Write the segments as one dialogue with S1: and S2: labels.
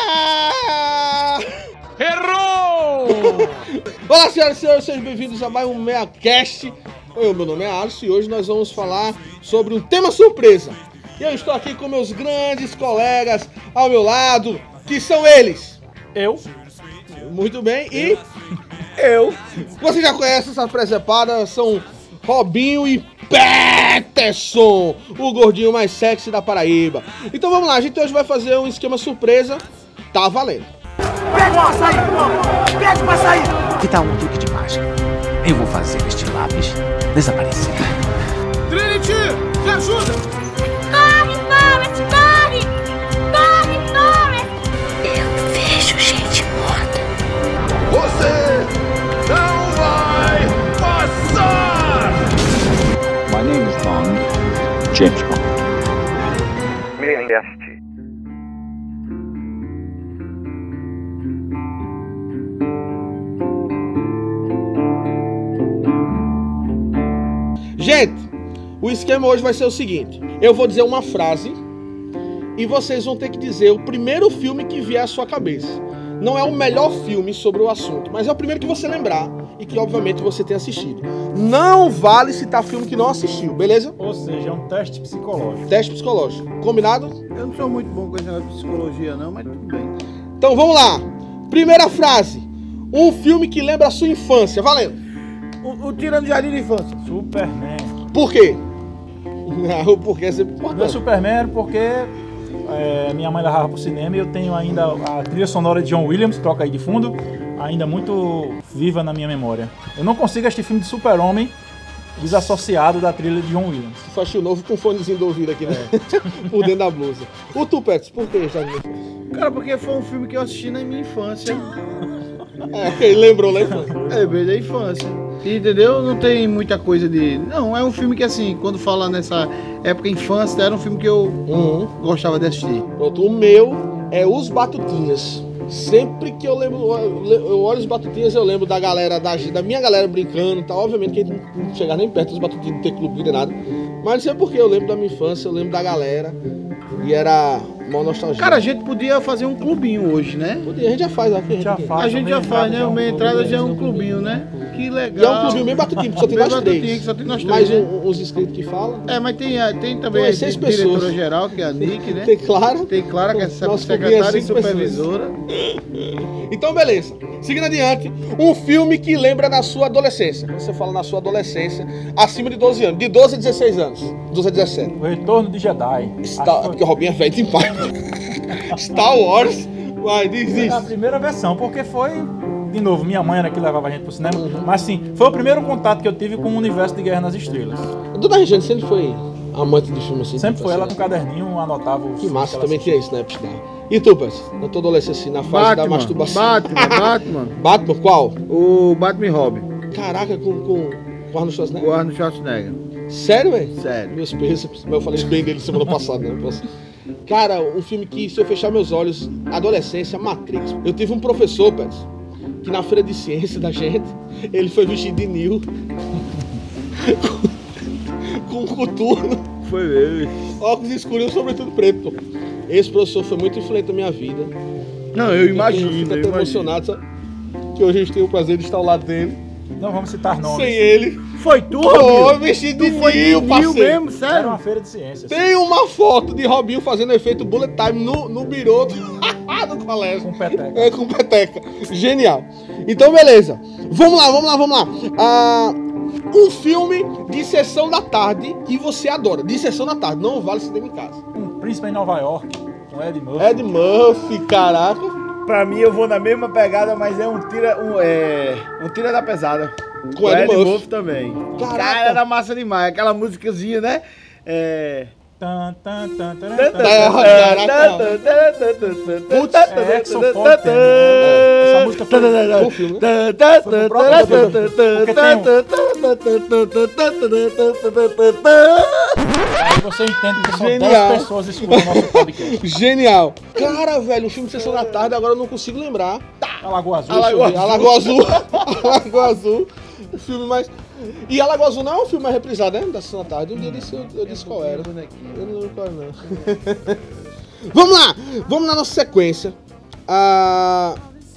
S1: Olá!
S2: Errou!
S1: Olá, senhoras e senhores, sejam bem-vindos a mais um MeaCast. Oi, meu nome é Alisson e hoje nós vamos falar sobre um tema surpresa. E eu estou aqui com meus grandes colegas ao meu lado, que são eles.
S2: Eu?
S1: Muito bem, e
S2: Eu?
S1: você já conhece essa presepada, são Robinho e Peterson, o gordinho mais sexy da Paraíba. Então vamos lá, a gente hoje vai fazer um esquema surpresa, tá valendo.
S3: Pega o açaí, pô! Pega o açaí!
S4: Que tal um truque de mágica? Eu vou fazer este lápis desaparecer.
S5: Corre, Forrest, corre! Corre, Forrest! Eu vejo gente morta.
S6: My name is Bond, James Bond.
S1: Gente, o esquema hoje vai ser o seguinte: eu vou dizer uma frase e vocês vão ter que dizer o primeiro filme que vier à sua cabeça. Não é o melhor filme sobre o assunto, mas é o primeiro que você lembrar e que obviamente você tem assistido. Não vale citar filme que não assistiu, beleza?
S2: Ou seja, é um teste psicológico.
S1: Teste psicológico. Combinado?
S7: Eu não sou muito bom com esse negócio de psicologia, não, mas tudo bem.
S1: Então vamos lá. Primeira frase: um filme que lembra a sua infância. Valendo.
S7: O, o Tirando Jardim de Infância.
S2: Superman.
S1: Por quê? Não, porque é sempre
S2: Não é
S1: importante.
S2: Superman porque é, minha mãe levava pro cinema e eu tenho ainda a trilha sonora de John Williams, toca aí de fundo, ainda muito viva na minha memória. Eu não consigo este filme de Super-Homem desassociado da trilha de John Williams.
S1: Faxinho novo com fonezinho do ouvido aqui, né?
S7: É.
S1: Por dentro da blusa. O Tupetes, por que Jardim?
S7: Cara, porque foi um filme que eu assisti na minha infância.
S1: É, ele lembrou lá em frente.
S7: É, bem da infância. E, entendeu? Não tem muita coisa de. Não, é um filme que, assim, quando fala nessa época infância, era um filme que eu
S1: Uhum.
S7: gostava de assistir.
S1: Pronto, o meu é Os Batutinhas. Sempre que eu lembro, eu olho os Batutinhas, eu lembro da galera, da, da minha galera brincando, tá? Obviamente que a gente não chegar nem perto dos Batutinhas, não ter clube nem nada. Mas não sei porquê, eu lembro da minha infância, eu lembro da galera. E era uma nostalgia.
S7: Cara, a gente podia fazer um clubinho hoje, né?
S1: Podia, a gente já faz aqui. A gente,
S2: Já
S1: tem.
S2: faz.
S7: a gente já
S2: meia entrada
S7: faz,
S2: já é
S7: né?
S2: um
S7: Uma meia
S2: clubinho,
S7: entrada já é
S2: né?
S7: um clubinho, né? Que
S1: E é um
S7: legal.
S1: clubinho bem batutinho, só tem nós
S7: Bem batutinho,
S1: três.
S7: que só tem nós
S1: Mais
S7: três, né?
S1: um- uns inscritos que falam.
S7: É, mas tem, a- tem também
S1: Então, é
S7: a
S1: seis pessoas.
S7: diretora geral, que é a Nick, né?
S1: Tem Clara.
S7: Tem Clara, que é
S1: Nosso clubinho é
S7: secretária e
S1: cinco pessoas.
S7: supervisora.
S1: Então, beleza. Seguindo adiante, um filme que lembra da sua adolescência. Você fala na sua adolescência, acima de 12 anos. De 12 a 16 anos. 12 a 17.
S2: O Retorno de Jedi.
S1: Star...
S2: Acho
S1: Porque
S2: que
S1: o Robinho é velho demais. Star Wars. Vai, diz
S2: foi a
S1: isso.
S2: primeira versão, porque foi, de novo, minha mãe era que levava a gente pro cinema. Mas sim, foi o primeiro contato que eu tive com o universo de Guerra nas Estrelas.
S1: Dona Regiane sempre foi amante de filme assim.
S2: Sempre foi ela com
S1: assim,
S2: o caderninho, anotava os
S1: Que massa,
S2: filmes
S1: também
S2: que
S1: tinha isso na época. E tu, Paz? Na tua adolescência, assim, na fase da
S7: Batman,
S1: masturbação.
S7: Batman, Batman.
S1: Batman, qual?
S7: O Batman e Robin,
S1: Caraca, com, com, com Arnold
S7: o
S1: Schwarzenegger.
S7: Arnold Schwarzenegger.
S1: Sério, velho?
S7: Sério.
S1: Meus pêssegos, mas eu falei bem dele semana passada, né? Eu posso- Cara, um filme que, se eu fechar meus olhos, adolescência, Matrix. Eu tive um professor, Pets, que na feira de ciência da gente, ele foi vestido de Neo. com coturno,
S7: Foi mesmo.
S1: óculos escuros e um sobretudo preto. Esse professor foi muito influente na minha vida.
S7: Não, eu
S1: Eu fico
S7: imagino.
S1: até
S7: Eu imagino.
S1: emocionado, sabe? Que hoje a gente tem o prazer de estar ao lado dele.
S2: Não Então, vamos citar nomes.
S1: Sem ele.
S7: Foi tu,
S1: Pô,
S7: Robinho?
S1: vestido de
S7: Tu foi
S1: Neo,
S7: Nil
S1: parceiro.
S7: mesmo,
S2: Era uma
S7: sério?
S2: feira de ciências.
S1: Tem uma foto de Robinho fazendo efeito bullet time no, no biroto do colégio.
S2: Com peteca.
S1: É, com peteca. Genial. Então, beleza. Vamos lá, vamos lá, vamos lá. Ah, um filme de sessão da tarde que você adora. De sessão da tarde, não vale cinema em casa.
S2: Um príncipe em Nova York, com Ed Murphy.
S1: Ed Murphy, caraca.
S7: Pra mim, eu vou na mesma pegada, mas é um tira, um, é, um tira da pesada.
S1: Com Ed Murphy.
S7: também.
S1: Caraca.
S7: Cara, era massa demais. Aquela musicazinha, né? É...
S2: Tan, tan, tan, taran, tan.
S1: caraca.
S7: Putz,
S2: é Exofolter, né? Essa música foi-
S1: foi um filme, né?
S2: Foi pro próprio filme. Porque
S7: um-
S2: Aí você entende que são
S1: Genial.
S2: 10 pessoas escutando nosso podcast.
S1: Genial. Cara, velho, um filme de sessão da tarde, agora eu não consigo lembrar. Tá.
S2: A Lagoa Azul.
S1: A Lagoa,
S2: deixa eu
S1: a
S2: ver.
S1: Lagoa Azul. a Lagoa Azul. O filme mais. E a Lagoa Azul não é um filme mais reprisado, né? Da Sessão da Tarde. Um dia eu disse, eu, eu disse qual era. Eu não lembro qual era, não. Vamos lá! Vamos na nossa sequência. Ah,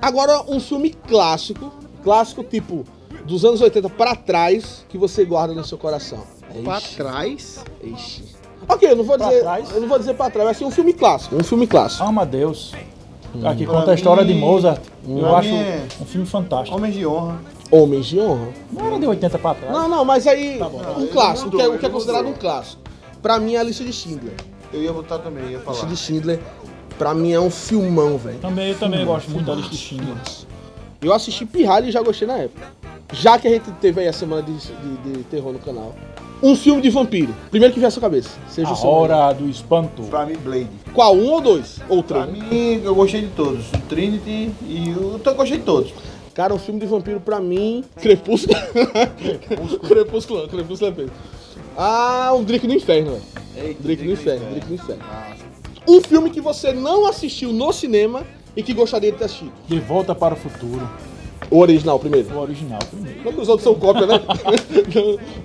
S1: agora, um filme clássico. Clássico, tipo, dos anos 80 pra trás, que você guarda no seu coração.
S7: Pra trás.
S1: Ixi. Ok, eu não vou
S2: Pra
S1: dizer.
S2: trás?
S1: Eu não vou dizer pra trás, mas sim um filme clássico. Um filme clássico.
S2: Ama a Deus.
S1: Hum.
S2: Aqui
S7: Pra
S2: conta a história de
S7: mim-
S2: Mozart. Eu
S7: pra
S2: acho
S7: mim é-
S2: um filme fantástico.
S7: Homens de honra.
S1: Homens de honra.
S2: Não era de 80 pra trás.
S1: Não, não, mas aí.
S2: bom.
S1: um clássico, o que é, o que é considerado um clássico. Pra mim é a lista de Schindler.
S7: Eu ia botar também,
S1: A
S7: ia
S1: lista
S7: falar.
S1: de Schindler, pra mim é um filmão, velho.
S2: Também, eu também gosto muito da lista de Schindler.
S1: Eu assisti Pirralho e já gostei na época. Já que a gente teve aí a semana de, de- de terror no canal. Um filme de vampiro. Primeiro que vier à sua cabeça. Seja
S2: A
S1: o seu.
S2: Hora do Espanto.
S7: Pra mim, Blade.
S1: Qual? Um ou dois? Ou
S7: Pra
S1: três?
S7: mim, eu gostei de todos. O Trinity e o. Eu tô- gostei de todos.
S1: Cara, um filme de vampiro pra mim. Crepúsculo. Crepúsculo. Crepúsculo, não, Crepúsculo é peso. Ah, um Drink no Inferno, velho. Um Drink no
S7: Eita, Drink no
S1: Inferno, Drink no Inferno.
S7: Massa.
S1: Um filme que você não assistiu no cinema e que gostaria de ter assistido.
S2: De Volta para o Futuro.
S1: O original, primeiro.
S2: O original primeiro.
S1: Não que os outros são cópia, né?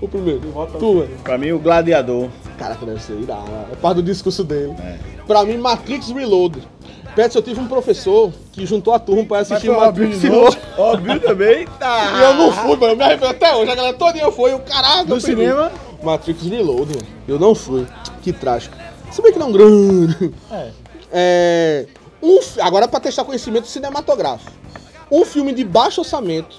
S1: o primeiro. Tua.
S8: Pra mim, o Gladiador.
S1: Caraca, deve ser irado. É parte do discurso dele. Pra mim, Matrix Reload. Pets, eu tive um professor que juntou a turma pra assistir Matrix Reload.
S8: Óbvio também.
S7: Ah,
S8: Tá.
S1: E eu não fui, mano. Eu me arrependo até hoje. A galera todinha foi. Eu, caraca,
S8: No
S1: eu perdi.
S8: cinema?
S1: Matrix Reload, mano. Eu não fui. Que trágico. Se bem que não é um grande.
S2: É.
S1: É, um fi- agora pra testar conhecimento cinematográfico. Um filme de baixo orçamento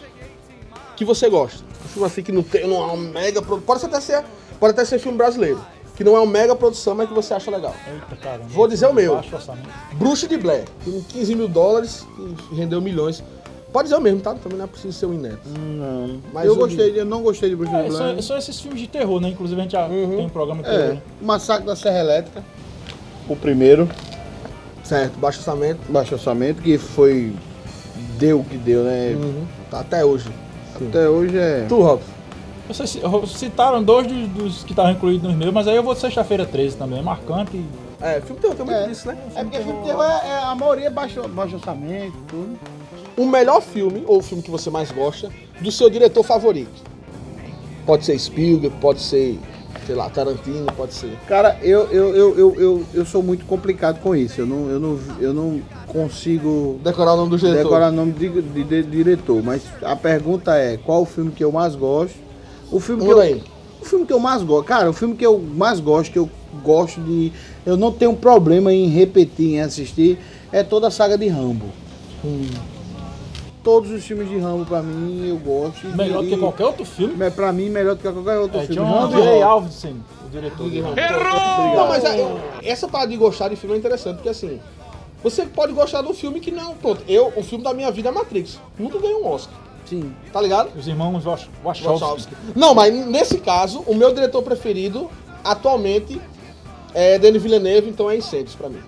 S1: que você gosta. Um filme assim que não tem, não é um mega produ- Pode até ser, pode até ser filme brasileiro. Que não é uma mega produção, mas que você acha legal.
S2: Eita, caramba.
S1: Vou dizer o meu.
S2: Baixo orçamento.
S1: Bruxa de Blair, filme de 15 mil dólares, que rendeu milhões. Pode dizer o mesmo, tá? Também não é preciso ser um inédito.
S8: Não.
S1: Mas
S7: eu
S1: o-
S7: gostei, eu não gostei de Bruce
S2: É,
S7: Lee.
S2: são, são esses filmes de terror, né? Inclusive a gente já
S1: Uhum.
S2: tem um programa de terror.
S7: É, Massacre da Serra Elétrica,
S8: O primeiro,
S1: Certo, baixo orçamento.
S8: baixo orçamento, que foi. Deu o que deu, né?
S7: Uhum,
S1: Tá até hoje.
S8: Até hoje é.
S1: Tu, Rob.
S2: Vocês ci- ro- citaram dois dos, dos que estavam incluídos nos meus, mas aí eu vou de sexta-feira 13 também. É marcante.
S1: É, filme tem, tem muito
S7: É.
S1: disso, né?
S7: É porque filme de terror, é, é- a maioria é baixo, baixo orçamento, tudo.
S1: o melhor filme, ou o filme que você mais gosta, do seu diretor favorito. Pode ser Spielberg, pode ser, sei lá, Tarantino, pode ser.
S7: Cara, eu, eu, eu, eu, eu, eu sou muito complicado com isso. Eu não, eu não, eu não consigo
S1: Decorar o nome do diretor.
S7: decorar o nome de, de- de diretor. Mas a pergunta é, qual o filme que eu mais gosto? O filme que
S1: Manda
S7: eu,
S1: aí.
S7: O filme que eu mais gosto, cara, o filme que eu mais gosto, que eu gosto de. Eu não tenho problema em repetir, em assistir, é toda a saga de Rambo.
S1: Hum.
S7: Todos os filmes de Rambo, pra mim, eu gosto. e-
S2: Melhor do que
S7: e-
S2: qualquer outro filme.
S7: mas Pra mim, melhor do que qualquer outro
S2: É,
S7: filme.
S2: tinha um
S7: Rambo,
S2: Andrei Alvesen, o diretor. de Rambo.
S1: Não, mas é, eu- essa parada de gostar de filme é interessante, porque assim, você pode gostar do filme que não. Pronto, eu, o filme da minha vida é Matrix. Nunca ganhei um Oscar.
S7: Sim.
S1: Tá ligado?
S2: Os irmãos Wach- Wachowski.
S1: Wachowski. Não, mas nesse caso, o meu diretor preferido atualmente é Denis Villeneuve, então é Incêndios pra mim.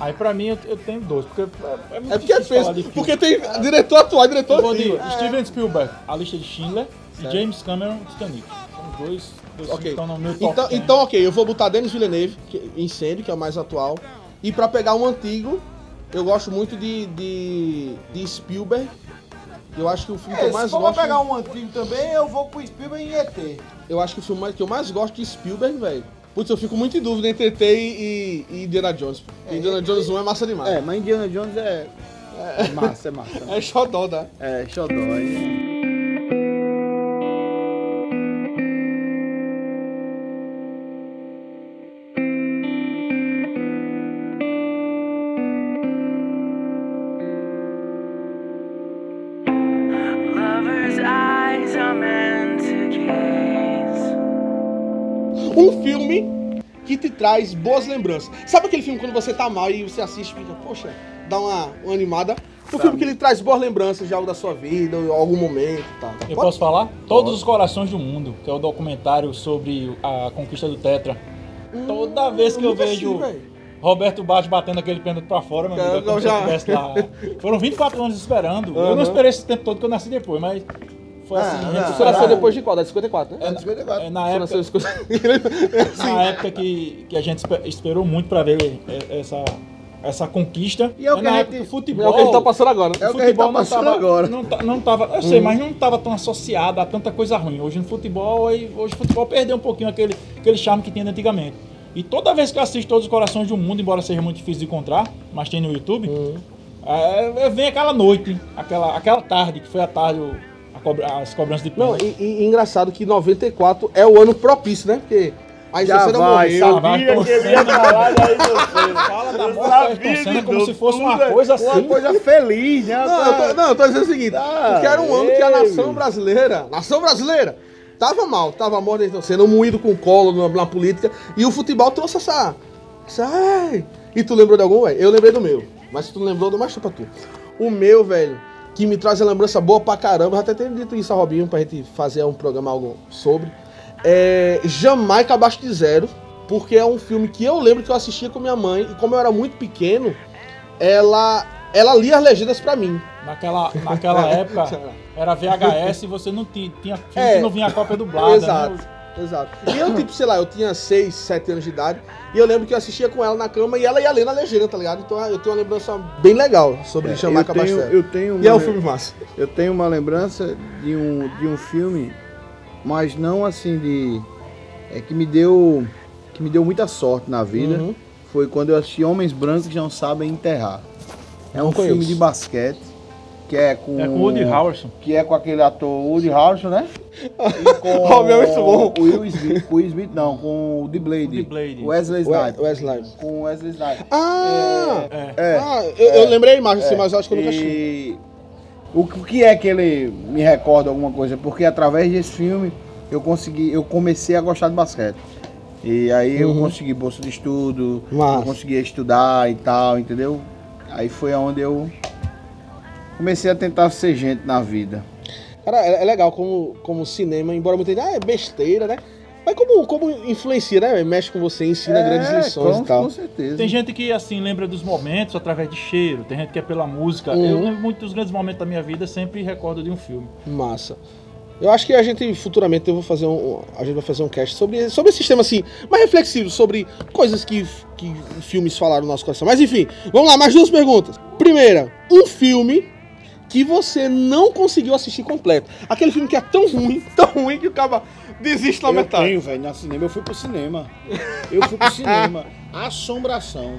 S2: Aí pra mim eu, eu tenho dois, porque é, é muito
S1: É porque é
S2: difícil falar de
S1: peso, porque
S2: filme.
S1: tem diretor atual e diretor
S2: Eu vou de
S1: antigo.
S2: Steven Spielberg, A Lista de Schindler, e James Cameron, Titanic. São dois, dois
S1: Ok.
S2: que estão no meu top
S1: Então,
S2: 10.
S1: então, ok, eu vou botar Denis Villeneuve, que, Incêndio, que é o mais atual. E pra pegar um antigo, eu gosto muito de, de, de Spielberg. Eu acho que o filme que eu mais gosto.
S7: um antigo também, eu vou pro Spielberg em ET.
S1: Eu acho que o filme mais- que eu mais gosto de Spielberg, velho. Putz, eu fico muito em dúvida entre ET e, e Indiana Jones. pô. Indiana Jones 1 é massa demais.
S7: É, mas Indiana Jones é. É massa, é massa.
S1: É xodó, né?
S7: É, xodó. hein?
S9: Lovers' eyes are meant to gaze.
S1: Um filme que te traz boas lembranças. Sabe aquele filme quando você tá mal e você assiste e fica, poxa, dá uma, uma animada? Um filme que ele traz boas lembranças de algo da sua vida, ou algum momento e tal.
S2: Eu
S1: Pode-
S2: posso falar? Todos os Corações do Mundo, que é o documentário sobre a conquista do Tetra. Toda vez que eu,
S1: Hum, nunca assisti,
S2: vejo
S1: velho.
S2: Roberto Baggio batendo aquele pênalti pra fora, meu
S1: Cara,
S2: amigo, é
S1: eu
S2: como se
S1: já-
S2: eu estivesse lá. Foram 24 anos esperando. Eu não esperei esse tempo todo, porque eu nasci depois, mas foi assim.
S7: não.
S8: Ah,
S2: gente,
S1: Você
S2: foi-
S1: nasceu depois de qual? Da 54, né?
S7: É de 54.
S2: é, na
S1: Você
S2: época,
S1: nasceu em 54.
S2: na época que, que a gente espe- esperou muito pra ver e- essa essa conquista.
S7: E é o que
S2: na
S7: a
S2: época
S7: gente-
S2: do futebol.
S1: É o que ele tá passando agora.
S8: É o que a gente
S2: futebol
S8: tá
S2: não
S8: passando
S2: tava,
S8: agora.
S2: Não, ta- não tava, eu sei, mas não tava tão associada a tanta coisa ruim. Hoje no futebol, aí- hoje o futebol perdeu um pouquinho aquele, aquele charme que tinha antigamente. E toda vez que eu assisto todos os corações do mundo, embora seja muito difícil de encontrar, mas tem no YouTube, é, é, vem aquela noite, aquela, aquela tarde, que foi a tarde o- a cobra- as cobranças de
S1: Não,
S2: pênalti.
S1: e, e engraçado que 94 é o ano propício, né? Porque a
S8: Já
S1: Ayrton Senna
S8: vai,
S1: morreu.
S8: sabe?
S2: Vai,
S8: sabia
S2: Ayrton
S8: que ele ia
S2: Senna,
S8: falar daí você.
S2: Fala da
S8: Eu
S2: morte da
S8: sabia
S2: Ayrton Senna
S8: de
S2: como
S8: tudo,
S2: se fosse uma
S8: é
S2: coisa
S8: Uma
S2: assim.
S8: coisa feliz, né?
S1: Não, eu tô, não, eu tô dizendo o seguinte,
S8: Ah,
S1: porque era um ano que a
S8: ei.
S1: nação brasileira, nação brasileira, tava mal, tava morta, então, sendo moído com colo na, na política, e o futebol trouxe essa... essa ai. E tu lembrou de algum, velho? Eu lembrei do meu, mas se tu não lembrou, do mais pra tu. O meu, velho, que me traz a lembrança boa pra caramba, eu já até tenho dito isso a Robinho pra gente fazer um programa algo sobre, é Jamaica Abaixo de Zero, porque é um filme que eu lembro que eu assistia com minha mãe, e como eu era muito pequeno, ela... Ela lia as legendas pra mim.
S2: Naquela, naquela época era VHS e você não tinha, tinha filme
S1: É.
S2: que não vinha a cópia dublada.
S1: Exato,
S2: Né?
S1: exato. E eu, tipo, sei lá, eu tinha 6, 7 anos de idade. E eu lembro que eu assistia com ela na cama e ela ia lendo a legenda, tá ligado? Então eu tenho uma lembrança bem legal sobre chamar
S8: É, eu tenho,
S1: Cabastel.
S8: eu tenho
S1: E é um
S8: uma-
S1: filme massa.
S8: Eu tenho uma lembrança de um, de um filme, mas não assim de. É que me deu. Que me deu muita sorte na vida.
S1: Uhum.
S8: Foi quando eu assisti Homens Brancos Não Sabem Enterrar. É um
S1: Não conheço.
S8: filme de basquete. Que é com.
S2: É com o Woody Harrelson.
S8: Que é com aquele ator Woody Harrelson, né? E com
S1: Oh, meu, isso é bom.
S8: o Will Smith. Com o Will Smith, não, com o The Blade.
S2: The Blade.
S8: Wesley Snipes.
S1: Wesley.
S8: Com Wesley Snipes.
S1: Ah!
S2: É.
S8: É.
S1: ah, eu, eu lembrei a imagem, assim, mas eu acho que eu nunca achei.
S8: E o que o que é que ele me recorda alguma coisa? Porque através desse filme eu consegui, eu comecei a gostar de basquete. E aí
S1: Uhum.
S8: eu consegui bolsa de estudo,
S1: Massa.
S8: eu consegui estudar e tal, entendeu? Aí foi onde eu comecei a tentar ser gente na vida.
S1: Cara, é, é legal como, como o cinema, embora muita gente, ah, é besteira, né? Mas como, como influencia, né? Mexe com você, ensina grandes
S8: É,
S1: lições
S8: com,
S1: e tal.
S8: Com certeza.
S2: Tem gente que assim lembra dos momentos através de cheiro, tem gente que é pela música.
S1: Uhum.
S2: Eu lembro muito dos grandes momentos da minha vida, sempre recordo de um filme.
S1: Massa. Eu acho que a gente futuramente eu vou fazer um, a gente vai fazer um cast sobre sobre esse tema assim, mais reflexivo sobre coisas que que filmes falaram no nosso coração. Mas enfim, vamos lá, mais duas perguntas. Primeira, um filme que você não conseguiu assistir completo. Aquele filme que é tão ruim, tão ruim que o cara desiste na
S7: Eu
S1: metade.
S7: tenho, velho. Na cinema eu fui pro cinema. Eu fui pro cinema. Assombração.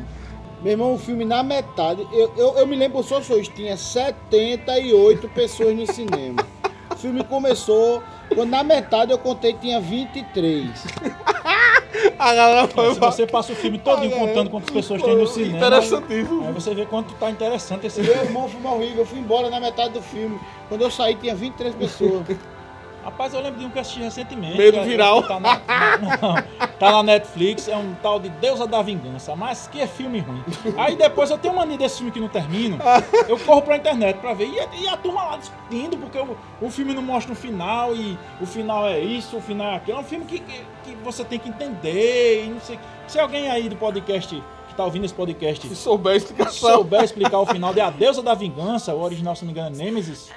S7: Meu irmão, o filme na metade. Eu, eu, eu me lembro só hoje, tinha 78 pessoas no cinema. O filme começou. Quando na metade eu contei tinha 23.
S1: A galera foi
S2: Assim, Se você passa o filme todinho contando quantas pessoas tem no cinema.
S1: Interessantíssimo.
S2: Aí, aí você vê quanto tá interessante esse
S7: Meu
S2: filme.
S7: irmão foi horrível, eu fui embora na metade do filme. Quando eu saí tinha 23 pessoas.
S2: Rapaz, eu lembro de um que eu assisti recentemente.
S1: Medo
S2: é-
S1: viral.
S2: Tá na, não, tá na Netflix, é um tal de Deusa da Vingança, mas que é filme ruim. Aí depois eu tenho mania desse filme que não termino, eu corro pra internet pra ver. E, a- e a turma lá discutindo, porque o, o filme não mostra o final, e o final é isso, o final é aquilo. É um filme que, que, que você tem que entender, e não sei. Se alguém aí do podcast, que tá ouvindo esse podcast,
S1: Se souber a explicação.
S2: souber explicar o final de A Deusa da Vingança, o original, se não me engano, é Nemesis,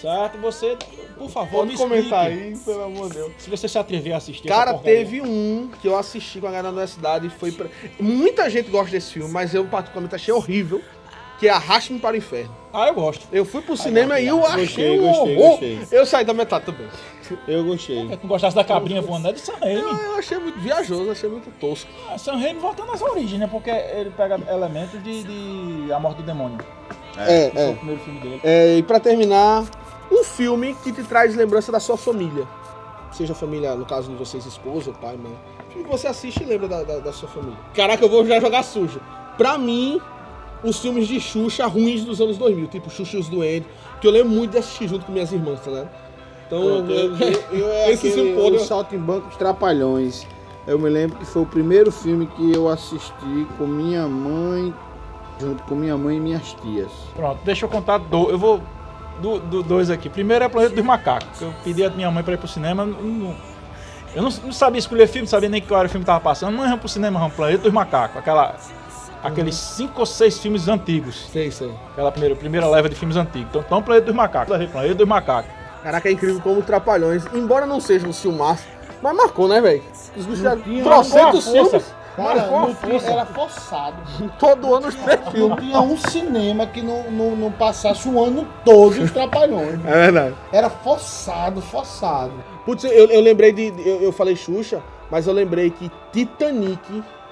S2: certo? Você, por favor,
S1: Pode
S2: me
S1: comentar
S2: explique.
S1: aí, pelo amor de Deus.
S2: Se você se atrever a assistir
S7: tá
S2: essa
S1: Cara,
S2: porcaria.
S1: teve um que eu assisti com a galera da universidade e foi pra... Muita gente gosta desse filme, mas eu particularmente achei horrível, que é Arraste-me para o Inferno.
S2: Ah, eu gosto.
S1: Eu fui pro cinema e eu achei
S7: Gostei,
S1: um
S7: gostei,
S1: horror.
S7: gostei.
S1: Eu saí da metade também.
S7: Eu gostei.
S2: Se não gostasse da cabrinha voando, é de Sam Raimi.
S1: Eu achei muito viajoso, achei muito tosco.
S2: Ah, Sam Raimi voltando às origens, né? Porque ele pega elementos de, de A Morte do Demônio.
S1: É,
S2: Foi o primeiro filme dele.
S1: É, e pra terminar, um filme que te traz lembrança da sua família. Seja família, no caso de vocês, esposa, pai, mãe. Filme que você assiste e lembra da, da- da sua família. Caraca, eu vou já jogar sujo. Pra mim, os filmes de Xuxa ruins dos anos 2000, tipo Xuxa e os Duendes, que eu lembro muito de assistir junto com minhas irmãs, tá ligado? Então,
S8: Pronto, eu, eu, eu é
S1: Esse
S8: aquele,
S1: se pôde-
S8: o Saltimbanco dos Trapalhões. Eu me lembro que foi o primeiro filme que eu assisti com minha mãe, junto com minha mãe e minhas tias.
S2: Pronto, deixa eu contar do, eu vou do, do- dois aqui. Primeiro é Planeta dos Macacos. que Eu pedi a minha mãe pra ir pro cinema. eu não- eu não, não sabia escolher filme, sabia nem que hora o filme tava passando. Não ia pro cinema, vamos Planeta dos Macacos. Aquela, aqueles cinco ou seis filmes antigos.
S1: sei, sei.
S2: Aquela primeira, primeira leva de filmes antigos. Então, então Planeta dos Macacos. Planeta dos Macacos.
S1: Caraca, é incrível como Trapalhões, embora não seja um filmaço, mas marcou, né, velho? Os bichos já
S2: Trouxe
S1: trouxeram os filmes.
S7: Cara,
S2: com a
S7: não tinha-
S2: força.
S7: era forçado.
S1: Todo ano os três filmes.
S7: Não tinha um cinema que não, não, não passasse o ano todo os trapalhões.
S1: É verdade.
S7: Era forçado, forçado.
S1: Putz, eu, eu lembrei de. de- Eu, eu falei Xuxa, mas eu lembrei que Titanic.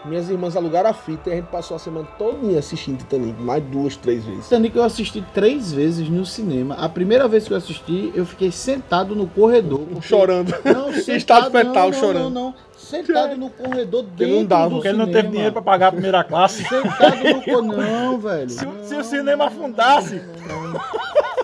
S1: Minhas irmãs alugaram a fita e a gente passou a semana todinha assistindo Titanic, mais duas, três vezes.
S7: Titanic eu assisti três vezes no cinema. A primeira vez que eu assisti, eu fiquei sentado no corredor. porque-
S1: Chorando.
S7: Não,
S1: estado
S7: sentado, não,
S1: fetal
S7: não,
S1: chorando.
S7: Não, não, Sentado no corredor
S1: não
S7: dentro
S1: dava,
S7: do
S2: Porque ele
S7: cinema.
S2: não teve dinheiro pra pagar a primeira classe.
S7: Sentado no corredor, não, velho.
S2: Se, o- se o
S7: Não,
S2: cinema afundasse,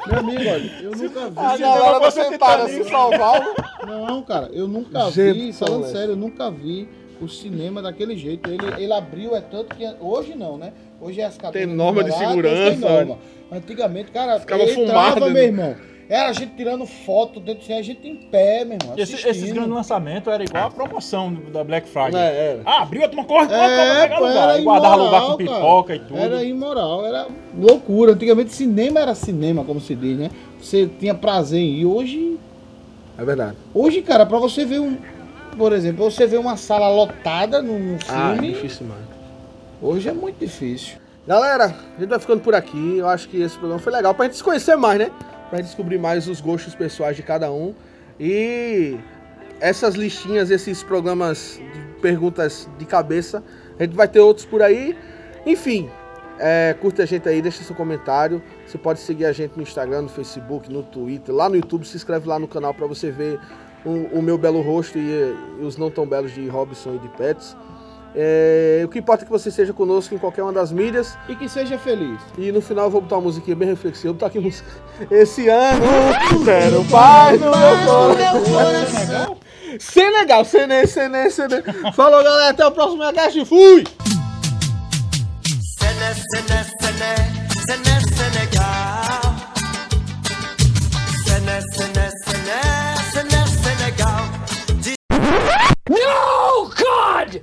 S7: Meu amigo, olha, eu nunca
S1: Ah,
S7: vi.
S2: a galera não sentada se
S1: assim,
S2: salvar.
S7: Não, cara, eu nunca vi,
S1: Gente,
S7: falando
S1: Paulo.
S7: sério, eu nunca vi o cinema daquele jeito. Ele, ele abriu, é tanto que. Hoje não, né? Hoje é as cadeiras.
S1: Tem norma de
S7: liberadas, tem
S1: segurança,
S7: norma. Antigamente, cara,
S1: Ficava né?
S7: ele
S1: fumaça
S7: entrava,
S1: dentro.
S7: meu irmão. Era a gente tirando foto dentro do cinema, a gente em pé, meu irmão.
S2: Esse,
S7: assistindo.
S2: esses grandes é lançamentos eram igual a promoção da Black Friday.
S1: É, é.
S2: Ah, abriu, a turma corre, corre, corre pra
S7: É,
S2: pegar
S7: pô,
S2: lugar.
S7: era
S2: E guardava lugar com
S7: imoral, cara.
S2: pipoca e tudo.
S7: Era imoral, era loucura. Antigamente cinema era cinema, como se diz, né? Você tinha prazer em ir. Hoje
S1: É verdade.
S7: Hoje, cara, pra você ver um. Por exemplo, você ver uma sala lotada num
S1: Ah,
S7: filme,
S1: difícil demais.
S7: hoje é muito difícil.
S1: Galera, a gente vai ficando por aqui. Eu acho que esse programa foi legal pra gente se conhecer mais, né? Pra gente descobrir mais os gostos pessoais de cada um. E essas listinhas, esses programas de perguntas de cabeça, a gente vai ter outros por aí. Enfim, é, curte a gente aí, deixa seu comentário. Você pode seguir a gente no Instagram, no Facebook, no Twitter, lá no YouTube. Se inscreve lá no canal pra você ver o, o meu belo rosto e, e os não tão belos de Robson e de Pets. É, o que importa é que você seja conosco em qualquer uma das mídias.
S7: E que seja feliz.
S1: E no final eu vou botar uma musiquinha bem reflexiva. Vou botar aqui música. Esse ano, quero paz no meu coração. Senegal, Senegal, Senegal, Senegal. Falou, galera. Até o próximo Agache. Fui!
S9: No, God!